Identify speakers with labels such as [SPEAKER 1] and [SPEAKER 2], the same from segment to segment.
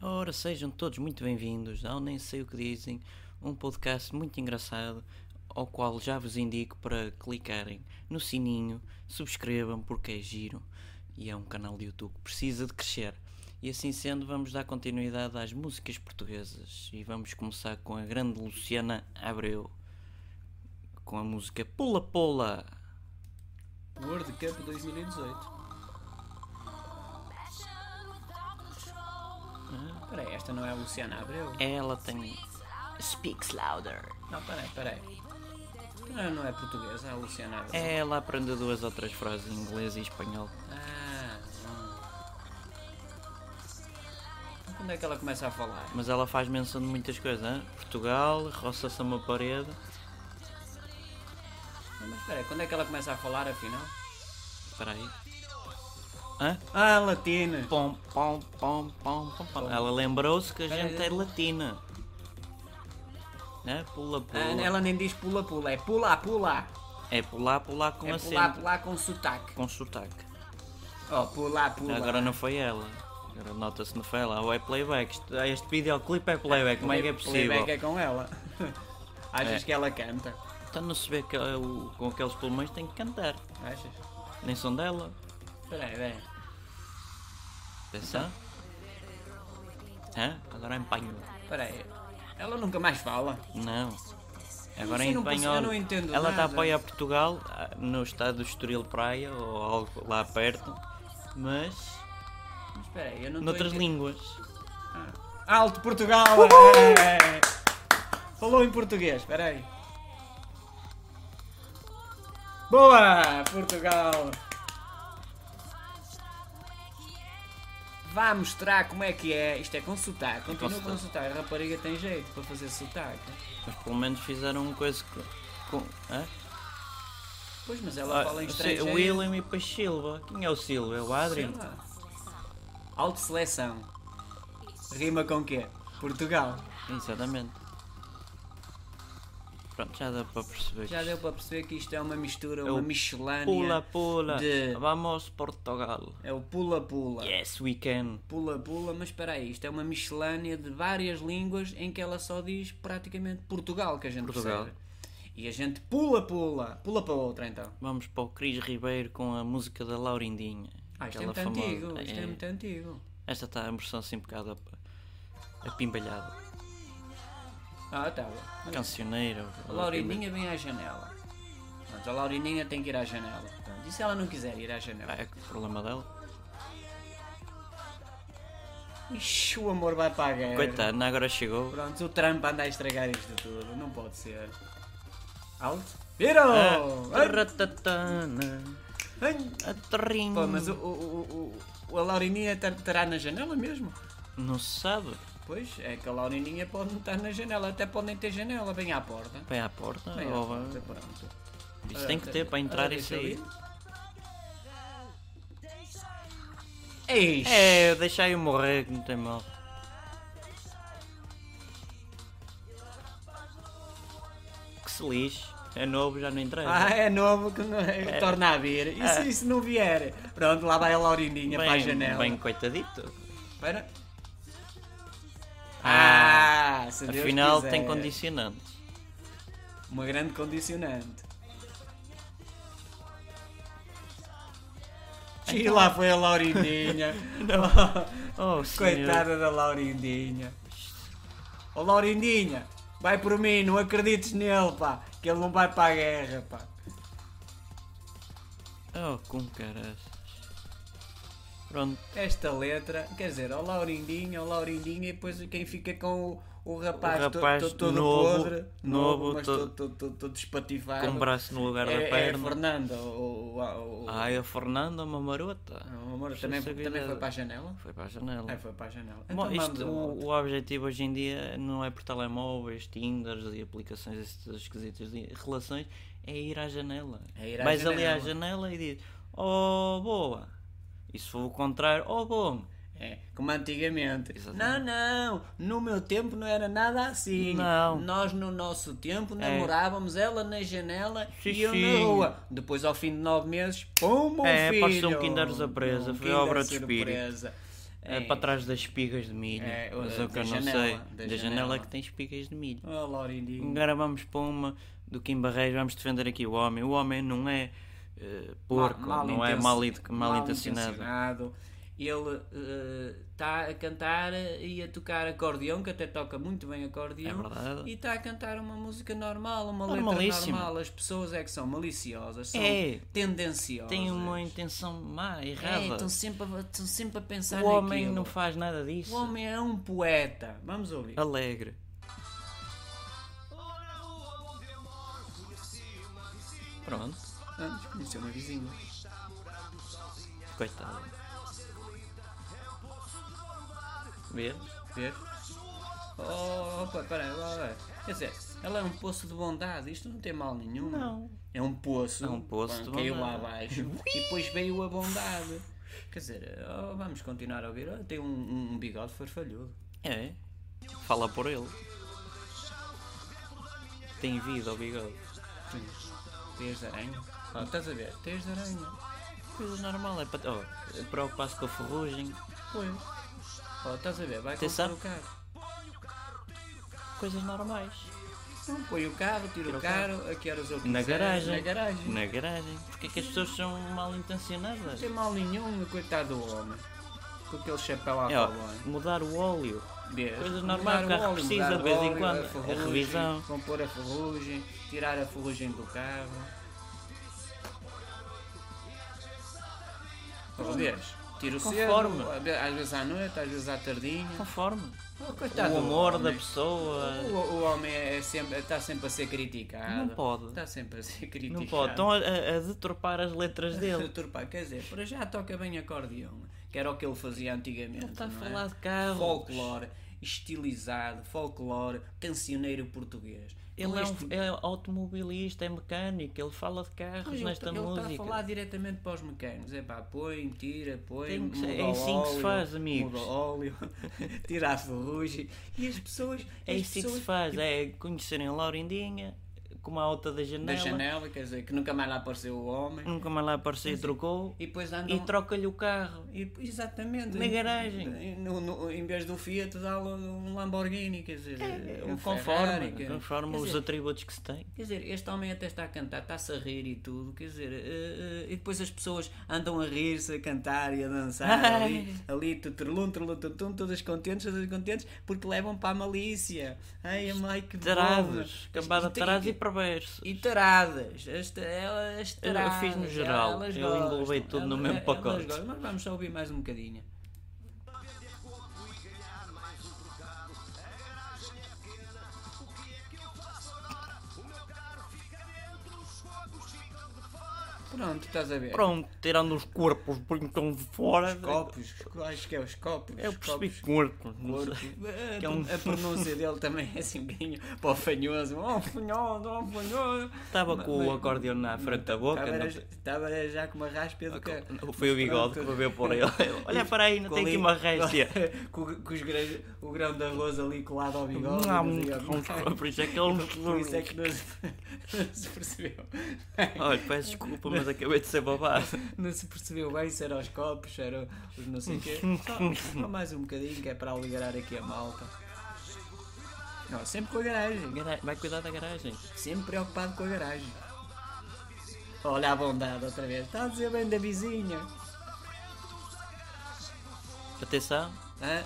[SPEAKER 1] Ora, sejam todos muito bem-vindos ao Nem Sei O Que Dizem, um podcast muito engraçado, ao qual já vos indico para clicarem no sininho, subscrevam porque é giro e é um canal de YouTube que precisa de crescer. E assim sendo, vamos dar continuidade às músicas portuguesas e vamos começar com a grande Luciana Abreu, com a música Pula Pula.
[SPEAKER 2] World Cup 2018. Peraí, esta não é a Luciana Abreu?
[SPEAKER 1] Ela tem Speaks Louder.
[SPEAKER 2] Não, peraí, peraí. Ela não é portuguesa, é a Luciana Abreu.
[SPEAKER 1] Ela aprendeu duas ou três frases em inglês e espanhol.
[SPEAKER 2] Ah, hum. Quando é que ela começa a falar?
[SPEAKER 1] Mas ela faz menção de muitas coisas, hein? Portugal, roça-se a uma parede.
[SPEAKER 2] Não, Mas peraí, quando é que ela começa a falar afinal?
[SPEAKER 1] Espera aí. Hã?
[SPEAKER 2] Ah, latina!
[SPEAKER 1] Pom, pom, pom, pom, pom, pom. Ela lembrou-se que a
[SPEAKER 2] Espera
[SPEAKER 1] gente
[SPEAKER 2] aí.
[SPEAKER 1] é latina. Né? Pula, pula.
[SPEAKER 2] Ah, ela nem diz pula-pula, é pula-pula!
[SPEAKER 1] É pular, pular com
[SPEAKER 2] É
[SPEAKER 1] acento.
[SPEAKER 2] pula-pula com sotaque.
[SPEAKER 1] Com sotaque.
[SPEAKER 2] Oh, pula-pula.
[SPEAKER 1] Agora não foi ela. Agora nota-se que não foi ela. Ou é playback. Isto- Este videoclipe é playback. Como é que é possível?
[SPEAKER 2] Playback é com ela. Achas
[SPEAKER 1] É.
[SPEAKER 2] que ela canta?
[SPEAKER 1] Então não se vê que é o- com aqueles pulmões tem que cantar.
[SPEAKER 2] Achas?
[SPEAKER 1] Nem são dela.
[SPEAKER 2] Peraí, peraí.
[SPEAKER 1] Atenção. Hã? Agora é em espanhol.
[SPEAKER 2] Peraí. Ela nunca mais fala.
[SPEAKER 1] Não. Agora
[SPEAKER 2] sei,
[SPEAKER 1] em
[SPEAKER 2] não perce- eu
[SPEAKER 1] espanhol.
[SPEAKER 2] não entendo
[SPEAKER 1] Ela está a
[SPEAKER 2] nada.
[SPEAKER 1] apoiar Portugal ah, no estado do Estoril Praia ou algo lá perto. Mas
[SPEAKER 2] Mas peraí, eu não tô
[SPEAKER 1] noutras
[SPEAKER 2] ente-
[SPEAKER 1] línguas.
[SPEAKER 2] Alto Portugal! é. Falou em português, peraí. Boa, Portugal! Vá mostrar como é que é. Isto é com sotaque. Continua com
[SPEAKER 1] sotaque.
[SPEAKER 2] sotaque. A rapariga tem jeito para fazer sotaque.
[SPEAKER 1] Mas pelo menos fizeram uma coisa que. Com, hã?
[SPEAKER 2] Pois, mas ela
[SPEAKER 1] Ah,
[SPEAKER 2] fala em
[SPEAKER 1] eu sei,
[SPEAKER 2] estrangeiro.
[SPEAKER 1] William e depois Silva. Quem é o Silva? É o
[SPEAKER 2] Sei
[SPEAKER 1] Adrian?
[SPEAKER 2] lá. Alto seleção. Rima com quê? Portugal.
[SPEAKER 1] Exatamente. Pronto, já dá para perceber.
[SPEAKER 2] Já
[SPEAKER 1] que
[SPEAKER 2] deu para perceber que isto é uma mistura,
[SPEAKER 1] o
[SPEAKER 2] uma miscelânea.
[SPEAKER 1] Pula, pula.
[SPEAKER 2] de-
[SPEAKER 1] Vamos Portugal.
[SPEAKER 2] É o pula-pula.
[SPEAKER 1] Yes, we can.
[SPEAKER 2] Pula-pula, mas espera aí, isto é uma miscelânea de várias línguas em que ela só diz praticamente Portugal que a gente
[SPEAKER 1] Portugal.
[SPEAKER 2] percebe. E a gente pula-pula. Pula para outra então.
[SPEAKER 1] Vamos para o Cris Ribeiro com a música da Laurindinha.
[SPEAKER 2] Ah, isto é
[SPEAKER 1] Aquela
[SPEAKER 2] muito
[SPEAKER 1] famosa-
[SPEAKER 2] antigo. Isto é.
[SPEAKER 1] É.
[SPEAKER 2] muito antigo.
[SPEAKER 1] Esta está a versão assim um bocado ap- apimbalhada.
[SPEAKER 2] Ah, tá bom.
[SPEAKER 1] Cancioneira.
[SPEAKER 2] A Laurindinha vem à janela. Pronto, a Laurindinha tem que ir à janela. Pronto, e se ela não quiser ir à
[SPEAKER 1] Ah,
[SPEAKER 2] janela?
[SPEAKER 1] é que o problema dela.
[SPEAKER 2] Ixi, o amor vai para a guerra.
[SPEAKER 1] Coitada, agora chegou.
[SPEAKER 2] Pronto, o Trump anda a estragar isto tudo. Não pode ser. Alto? Viram?
[SPEAKER 1] Ah,
[SPEAKER 2] Ai,
[SPEAKER 1] ratatana,
[SPEAKER 2] ai.
[SPEAKER 1] a terrinha.
[SPEAKER 2] Pô, mas o, o, o, o- a Laurininha tá- estará na janela mesmo?
[SPEAKER 1] Não se sabe.
[SPEAKER 2] Pois, é que a Laurininha pode não estar na janela, até pode nem ter janela, bem à porta.
[SPEAKER 1] Vem à porta.
[SPEAKER 2] Bem à
[SPEAKER 1] ou-
[SPEAKER 2] porta, Ah, pronto.
[SPEAKER 1] Isso Oh, tem que ter para entrar e sair.
[SPEAKER 2] Eis!
[SPEAKER 1] É, deixai eu morrer, que não tem mal. Que se lixe. É novo, já não interessa.
[SPEAKER 2] Ah, é novo que não- é,
[SPEAKER 1] É.
[SPEAKER 2] torna a vir. E se isso não vier? Pronto, lá vai a Laurininha para a janela.
[SPEAKER 1] bem coitadito.
[SPEAKER 2] Para. Ah, se Deus
[SPEAKER 1] Afinal,
[SPEAKER 2] quiser.
[SPEAKER 1] tem condicionantes.
[SPEAKER 2] Uma grande condicionante.
[SPEAKER 1] Então-
[SPEAKER 2] E lá foi a Laurindinha.
[SPEAKER 1] Oh, senhor.
[SPEAKER 2] Coitada da Laurindinha. Ó Laurindinha, vai por mim, não acredites nele, pá. Que ele não vai para a guerra, pá.
[SPEAKER 1] Oh, com caraças. Pronto.
[SPEAKER 2] Esta letra, quer dizer, ó Laurindinha, ó Laurindinha, e depois quem fica com o, o rapaz,
[SPEAKER 1] O
[SPEAKER 2] to-
[SPEAKER 1] rapaz
[SPEAKER 2] to- todo
[SPEAKER 1] novo,
[SPEAKER 2] podre,
[SPEAKER 1] novo,
[SPEAKER 2] mas
[SPEAKER 1] todo-
[SPEAKER 2] todo, todo, todo, todo espatifado.
[SPEAKER 1] Com o braço no lugar
[SPEAKER 2] é,
[SPEAKER 1] da
[SPEAKER 2] É
[SPEAKER 1] perna.
[SPEAKER 2] Fernando, o, o, o,
[SPEAKER 1] Ai, a Fernanda é uma marota.
[SPEAKER 2] o amor também,
[SPEAKER 1] Essa
[SPEAKER 2] também
[SPEAKER 1] vida-
[SPEAKER 2] foi para a janela?
[SPEAKER 1] Foi para a janela.
[SPEAKER 2] É, foi para a janela.
[SPEAKER 1] é Bom,
[SPEAKER 2] Então vamos
[SPEAKER 1] isto,
[SPEAKER 2] ao outro.
[SPEAKER 1] o, o objetivo hoje em dia não é por telemóveis, Tinders e aplicações essas esquisitas de relações, é ir à janela.
[SPEAKER 2] É ir à
[SPEAKER 1] Vais ali à
[SPEAKER 2] janela.
[SPEAKER 1] janela e diz, oh boa. E se for o contrário, oh bom.
[SPEAKER 2] É, como antigamente.
[SPEAKER 1] Exatamente.
[SPEAKER 2] Não, não, no meu tempo não era nada assim.
[SPEAKER 1] Não. É.
[SPEAKER 2] Nós no nosso tempo namorávamos ela na janela
[SPEAKER 1] Sim,
[SPEAKER 2] e eu
[SPEAKER 1] sim.
[SPEAKER 2] na rua. Depois ao fim de nove meses, pum, um
[SPEAKER 1] É,
[SPEAKER 2] filho.
[SPEAKER 1] apareceu um Kinder surpresa, foi obra de espírito.
[SPEAKER 2] surpresa.
[SPEAKER 1] eh,
[SPEAKER 2] É
[SPEAKER 1] para
[SPEAKER 2] isso.
[SPEAKER 1] trás das espigas de milho.
[SPEAKER 2] É, o-
[SPEAKER 1] mas é o que
[SPEAKER 2] da
[SPEAKER 1] eu não
[SPEAKER 2] janela,
[SPEAKER 1] sei.
[SPEAKER 2] da
[SPEAKER 1] Da, janela. é
[SPEAKER 2] janela.
[SPEAKER 1] que tem espigas de milho.
[SPEAKER 2] Oh, Laurindinho.
[SPEAKER 1] Agora vamos para uma do Kim Barreiros, vamos defender aqui o homem. O homem não é eh, porco, não é mal,
[SPEAKER 2] intenci-
[SPEAKER 1] mal intencionado.
[SPEAKER 2] mal-intencionado. Ele está a cantar e a tocar acordeão, que até toca muito bem
[SPEAKER 1] É
[SPEAKER 2] acordeão.
[SPEAKER 1] verdade.
[SPEAKER 2] e está a cantar uma música normal, uma letra
[SPEAKER 1] Normalíssima.
[SPEAKER 2] normal. As pessoas é que são maliciosas, são
[SPEAKER 1] É.
[SPEAKER 2] tendenciosas.
[SPEAKER 1] Tem uma intenção má,
[SPEAKER 2] É,
[SPEAKER 1] errada.
[SPEAKER 2] estão sempre, a- estão sempre a pensar
[SPEAKER 1] o homem
[SPEAKER 2] naquilo.
[SPEAKER 1] não faz nada disso.
[SPEAKER 2] O homem é um poeta. Vamos ouvir.
[SPEAKER 1] Alegre. Pronto,
[SPEAKER 2] Antes conheceu uma vizinha.
[SPEAKER 1] coitado. Vê?
[SPEAKER 2] Ver? Oh, opa, peraí, lá, lá. Quer dizer, ela é um poço de bondade, isto não tem mal nenhum.
[SPEAKER 1] Não.
[SPEAKER 2] É um poço.
[SPEAKER 1] É um poço de
[SPEAKER 2] Caiu lá
[SPEAKER 1] bondade.
[SPEAKER 2] abaixo. e depois veio a bondade. Quer dizer, oh, vamos continuar a ouvir. Oh, tem um, um- um bigode farfalhudo.
[SPEAKER 1] É. Fala por ele. Tem vida o bigode.
[SPEAKER 2] Tem- Teias de aranha. Oh, estás a ver? Teias de aranha.
[SPEAKER 1] Coisa normal, é para. Oh, preocupar-se com a ferrugem.
[SPEAKER 2] Foi. Oh, estás a ver? Vai
[SPEAKER 1] Atenção.
[SPEAKER 2] comprar o carro.
[SPEAKER 1] Coisas normais.
[SPEAKER 2] Não, põe o carro, tira,
[SPEAKER 1] Tira
[SPEAKER 2] o
[SPEAKER 1] o
[SPEAKER 2] carro, a que horas eu
[SPEAKER 1] é, Na
[SPEAKER 2] quiser,
[SPEAKER 1] garagem.
[SPEAKER 2] Na garagem.
[SPEAKER 1] Na garagem. Porque é que as pessoas são mal intencionadas?
[SPEAKER 2] Não tem mal nenhum, coitado do homem. Com aquele chapéu à
[SPEAKER 1] É, ó,
[SPEAKER 2] colônia.
[SPEAKER 1] mudar o óleo.
[SPEAKER 2] Vez.
[SPEAKER 1] Coisas
[SPEAKER 2] Mudar
[SPEAKER 1] normais, o carro
[SPEAKER 2] óleo,
[SPEAKER 1] precisa
[SPEAKER 2] mudar
[SPEAKER 1] de vez em
[SPEAKER 2] óleo,
[SPEAKER 1] quando,
[SPEAKER 2] a
[SPEAKER 1] a
[SPEAKER 2] ferrugem,
[SPEAKER 1] revisão.
[SPEAKER 2] Compor a ferrugem, tirar a ferrugem do carro. Talvez. Tiro
[SPEAKER 1] Hum. Conforme.
[SPEAKER 2] cedo, às vezes à noite, às vezes à tardinha.
[SPEAKER 1] Conforme.
[SPEAKER 2] Oh,
[SPEAKER 1] O
[SPEAKER 2] coitado do
[SPEAKER 1] humor da
[SPEAKER 2] homem.
[SPEAKER 1] pessoa.
[SPEAKER 2] O, o homem é sempre, está sempre a ser criticado.
[SPEAKER 1] Não pode.
[SPEAKER 2] Está sempre a ser criticado.
[SPEAKER 1] Não pode. Estão a, a- a deturpar as letras dele.
[SPEAKER 2] Turpá, quer dizer, para já toca bem acordeão, que era o que ele fazia antigamente.
[SPEAKER 1] Ele está a
[SPEAKER 2] não é?
[SPEAKER 1] falar de carros.
[SPEAKER 2] Folclore, estilizado, folclore, cancioneiro português.
[SPEAKER 1] Ele é,
[SPEAKER 2] este-
[SPEAKER 1] um, é automobilista, é mecânico, ele fala de carros
[SPEAKER 2] Pois, ele
[SPEAKER 1] nesta
[SPEAKER 2] tá- ele
[SPEAKER 1] música.
[SPEAKER 2] está a falar diretamente para os mecânicos. É pá, põe, tira, põe,
[SPEAKER 1] Tem que ser-
[SPEAKER 2] muda
[SPEAKER 1] é
[SPEAKER 2] o
[SPEAKER 1] assim que se
[SPEAKER 2] óleo,
[SPEAKER 1] faz, amigos.
[SPEAKER 2] Muda o óleo, tira a ferrugem. E as pessoas.
[SPEAKER 1] É
[SPEAKER 2] as
[SPEAKER 1] isso que se
[SPEAKER 2] pessoas-
[SPEAKER 1] faz, é conhecerem Laurindinha, como a alta da
[SPEAKER 2] Da
[SPEAKER 1] janela,
[SPEAKER 2] janela, quer dizer, que nunca mais lá apareceu o homem.
[SPEAKER 1] nunca mais lá apareceu e trocou,
[SPEAKER 2] E depois andam.
[SPEAKER 1] Hum. e troca-lhe o carro.
[SPEAKER 2] E- Exatamente.
[SPEAKER 1] Na
[SPEAKER 2] Em-
[SPEAKER 1] garagem.
[SPEAKER 2] em- no- no- em vez do Fiat, dá um Lamborghini, quer dizer. um
[SPEAKER 1] Ele
[SPEAKER 2] Ferrari,
[SPEAKER 1] É, Conforme,
[SPEAKER 2] quer-
[SPEAKER 1] conforme
[SPEAKER 2] quer
[SPEAKER 1] os
[SPEAKER 2] dizer,
[SPEAKER 1] atributos que se tem.
[SPEAKER 2] Quer dizer, este homem até está a cantar, está-se a rir e tudo, quer dizer, eh, eh, e depois as pessoas andam a rir-se, a cantar e a dançar ali, ali tutrulum, trulum, tutum, todas contentes, todas contentes, porque levam para a malícia. Ai, ai, que
[SPEAKER 1] Tarados,
[SPEAKER 2] bobas.
[SPEAKER 1] cambada de
[SPEAKER 2] Isto-
[SPEAKER 1] tarados e perverso.
[SPEAKER 2] e taradas. As, ta- elas
[SPEAKER 1] Eu- eu
[SPEAKER 2] taradas.
[SPEAKER 1] fiz no geral.
[SPEAKER 2] elas
[SPEAKER 1] Eu
[SPEAKER 2] gostam,
[SPEAKER 1] englobei tudo no
[SPEAKER 2] elas-
[SPEAKER 1] mesmo
[SPEAKER 2] elas
[SPEAKER 1] pacote.
[SPEAKER 2] gostam. Mas vamos só ouvir mais um bocadinho. Pronto, estás a ver.
[SPEAKER 1] Pronto, tirando os corpos, porque estão de fora.
[SPEAKER 2] Os copos, acho que é os copos.
[SPEAKER 1] Eu
[SPEAKER 2] os copos.
[SPEAKER 1] percebi corpos, não
[SPEAKER 2] Gordo.
[SPEAKER 1] sei.
[SPEAKER 2] A-
[SPEAKER 1] Que é um-
[SPEAKER 2] A pronúncia dele também é assim bem para o fanhoso. Oh, fanhoso, oh, fanhoso.
[SPEAKER 1] Estava com o acordeão na frente da boca.
[SPEAKER 2] Estava,
[SPEAKER 1] não- Ah,
[SPEAKER 2] era- estava era já com uma raspa do que...
[SPEAKER 1] Foi o bigode que bebeu por ele. Olha para aí, não
[SPEAKER 2] Com
[SPEAKER 1] tem
[SPEAKER 2] ali-
[SPEAKER 1] aqui uma réstia.
[SPEAKER 2] Com, com os grãos- o grão de arroz ali colado ao
[SPEAKER 1] Não,
[SPEAKER 2] bigode.
[SPEAKER 1] há um
[SPEAKER 2] não
[SPEAKER 1] muito
[SPEAKER 2] sei o quê.
[SPEAKER 1] por isso é que ele
[SPEAKER 2] Por isso é
[SPEAKER 1] nos
[SPEAKER 2] que não se, não se percebeu.
[SPEAKER 1] Olha, peço desculpa, mas acabei de ser babado.
[SPEAKER 2] Não se percebeu bem se era os copos, se era os não sei o quê. Só, só mais um bocadinho que é para alegrar aqui a malta. Não, sempre com a garagem.
[SPEAKER 1] Gara- Vai cuidar da garagem.
[SPEAKER 2] Sempre preocupado com a garagem. Olha a bondade outra vez. Está a dizer bem da vizinha.
[SPEAKER 1] Atenção,
[SPEAKER 2] Hã?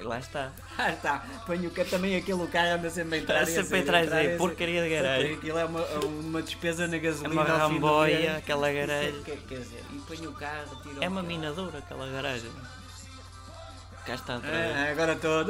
[SPEAKER 1] lá está.
[SPEAKER 2] Ah, está. Ponho que também aquele cara anda sempre a entrar.
[SPEAKER 1] Está
[SPEAKER 2] e a
[SPEAKER 1] sempre
[SPEAKER 2] sair,
[SPEAKER 1] a entrar e sair.
[SPEAKER 2] e a sair.
[SPEAKER 1] Porcaria de garagem.
[SPEAKER 2] Aquilo é uma, é uma despesa na
[SPEAKER 1] É
[SPEAKER 2] gasolina.
[SPEAKER 1] uma
[SPEAKER 2] ao fim do é
[SPEAKER 1] ramboia,
[SPEAKER 2] mês.
[SPEAKER 1] aquela garagem.
[SPEAKER 2] Quer quer dizer, e ponho o carro, tiro
[SPEAKER 1] É
[SPEAKER 2] o
[SPEAKER 1] uma
[SPEAKER 2] carro.
[SPEAKER 1] minadora aquela garagem. Cá está outra vez.
[SPEAKER 2] Ah, agora estou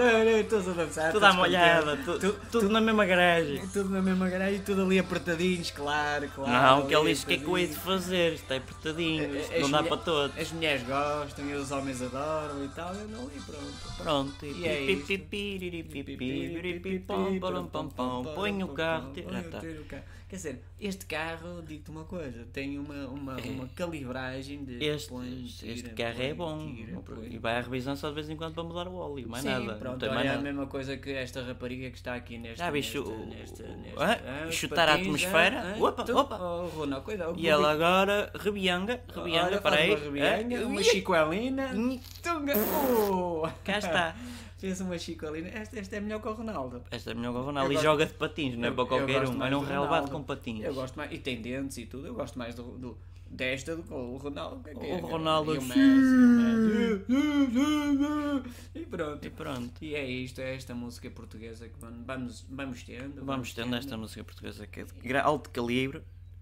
[SPEAKER 2] todos a dançar.
[SPEAKER 1] Tudo à
[SPEAKER 2] todos
[SPEAKER 1] molhada,
[SPEAKER 2] contentes.
[SPEAKER 1] é, tu-
[SPEAKER 2] Tu-
[SPEAKER 1] tudo na mesma garagem.
[SPEAKER 2] Tudo na mesma garagem, tudo ali apertadinhos, claro, claro.
[SPEAKER 1] Não, que
[SPEAKER 2] ali
[SPEAKER 1] ele disse o que é que eu hei de
[SPEAKER 2] apertadinhos.
[SPEAKER 1] fazer. Isto é apertadinho, isto não dá
[SPEAKER 2] mulher-
[SPEAKER 1] para todos.
[SPEAKER 2] As mulheres gostam e os homens adoram e tal, e andam ali, pronto.
[SPEAKER 1] Pronto,
[SPEAKER 2] E é
[SPEAKER 1] pi-
[SPEAKER 2] isto.
[SPEAKER 1] pi- pi- ri- ri- pi- pi- ri- pi- pom, pom, pom, pom. põe o carro. tira- tá.
[SPEAKER 2] Põe
[SPEAKER 1] Já
[SPEAKER 2] o
[SPEAKER 1] está.
[SPEAKER 2] tiro o carro. Quer dizer, este carro, digo-te uma coisa, tem uma, uma, uma calibragem de.
[SPEAKER 1] Este,
[SPEAKER 2] põe,
[SPEAKER 1] este
[SPEAKER 2] tira,
[SPEAKER 1] carro é
[SPEAKER 2] põe,
[SPEAKER 1] bom
[SPEAKER 2] tira, põe.
[SPEAKER 1] e vai à revisão só de vez em botão para mudar o óleo, mais
[SPEAKER 2] Sim,
[SPEAKER 1] nada. não
[SPEAKER 2] pronto,
[SPEAKER 1] tem
[SPEAKER 2] olha,
[SPEAKER 1] mais
[SPEAKER 2] é a
[SPEAKER 1] nada.
[SPEAKER 2] mesma coisa que esta rapariga que está aqui neste.
[SPEAKER 1] Já viste
[SPEAKER 2] neste,
[SPEAKER 1] o-
[SPEAKER 2] neste,
[SPEAKER 1] o-
[SPEAKER 2] neste-
[SPEAKER 1] hã?
[SPEAKER 2] ah, os
[SPEAKER 1] Chutar a
[SPEAKER 2] patins,
[SPEAKER 1] atmosfera?
[SPEAKER 2] ah, ah,
[SPEAKER 1] Opa,
[SPEAKER 2] tu-
[SPEAKER 1] opa.
[SPEAKER 2] Oh, Runa, cuidado, o
[SPEAKER 1] E ela
[SPEAKER 2] público-
[SPEAKER 1] agora rebianga, rebianga,
[SPEAKER 2] Olha,
[SPEAKER 1] para
[SPEAKER 2] faz
[SPEAKER 1] aí.
[SPEAKER 2] Uma rebianga,
[SPEAKER 1] Ah,
[SPEAKER 2] uma
[SPEAKER 1] ui,
[SPEAKER 2] chicoalina.
[SPEAKER 1] Hum.
[SPEAKER 2] Tunga. Oh.
[SPEAKER 1] Cá está.
[SPEAKER 2] Fez uma chicoalina. Esta, esta é melhor que o Ronaldo.
[SPEAKER 1] Esta é melhor que o Ronaldo
[SPEAKER 2] Eu
[SPEAKER 1] e
[SPEAKER 2] gosto-
[SPEAKER 1] joga de patins, não é
[SPEAKER 2] Eu-
[SPEAKER 1] para
[SPEAKER 2] eu
[SPEAKER 1] qualquer
[SPEAKER 2] gosto
[SPEAKER 1] um.
[SPEAKER 2] mais
[SPEAKER 1] Era um
[SPEAKER 2] do
[SPEAKER 1] relevado
[SPEAKER 2] Ronaldo.
[SPEAKER 1] com patins.
[SPEAKER 2] Eu gosto mais. E tem dentes e tudo. Eu gosto mais do, do- desta do que o Ronaldo. que é que é,
[SPEAKER 1] O
[SPEAKER 2] cara?
[SPEAKER 1] Ronaldo
[SPEAKER 2] E o
[SPEAKER 1] assim,
[SPEAKER 2] Messi, o Messi. E pronto.
[SPEAKER 1] E pronto.
[SPEAKER 2] E é isto, é esta música portuguesa que vamos, vamos, vamos tendo.
[SPEAKER 1] Vamos tendo esta música portuguesa que é de gra- alto calibre,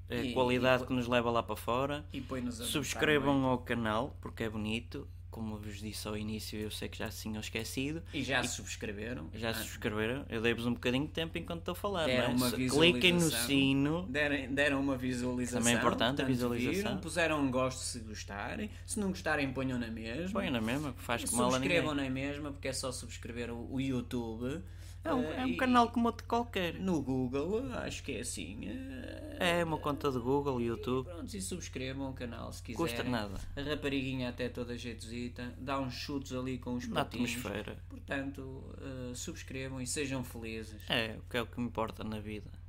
[SPEAKER 1] é
[SPEAKER 2] E-
[SPEAKER 1] qualidade que nos leva lá para fora.
[SPEAKER 2] E põe-nos a
[SPEAKER 1] Subscrevam ao canal porque é bonito. Como vos disse ao início, eu sei que já se tinham esquecido.
[SPEAKER 2] E já se subscreveram. Ah,
[SPEAKER 1] Já se subscreveram? Eu dei-vos um bocadinho de tempo enquanto estou a falar,
[SPEAKER 2] Deram
[SPEAKER 1] não é?
[SPEAKER 2] uma
[SPEAKER 1] Se- Cliquem no
[SPEAKER 2] visualização.
[SPEAKER 1] sino.
[SPEAKER 2] Deram, deram uma visualização.
[SPEAKER 1] Também é importante a
[SPEAKER 2] portanto,
[SPEAKER 1] visualização.
[SPEAKER 2] viram, puseram um gosto se gostarem. Se não gostarem, ponham na mesma.
[SPEAKER 1] Põe na mesma, que faz que mal a ninguém.
[SPEAKER 2] Subscrevam na mesma, porque é só subscrever o, o YouTube.
[SPEAKER 1] É um,
[SPEAKER 2] eh,
[SPEAKER 1] é um
[SPEAKER 2] e-
[SPEAKER 1] canal como outro qualquer.
[SPEAKER 2] No Google, acho que é assim. eh,
[SPEAKER 1] É uma conta de Google, YouTube.
[SPEAKER 2] Pronto, e subscrevam o canal se quiserem.
[SPEAKER 1] Custa nada.
[SPEAKER 2] A rapariguinha até toda jeitosita. Dá uns chutes ali com os
[SPEAKER 1] Na
[SPEAKER 2] patinhos.
[SPEAKER 1] atmosfera.
[SPEAKER 2] Portanto, eh, subscrevam e sejam felizes.
[SPEAKER 1] É, o que é o que me importa na vida.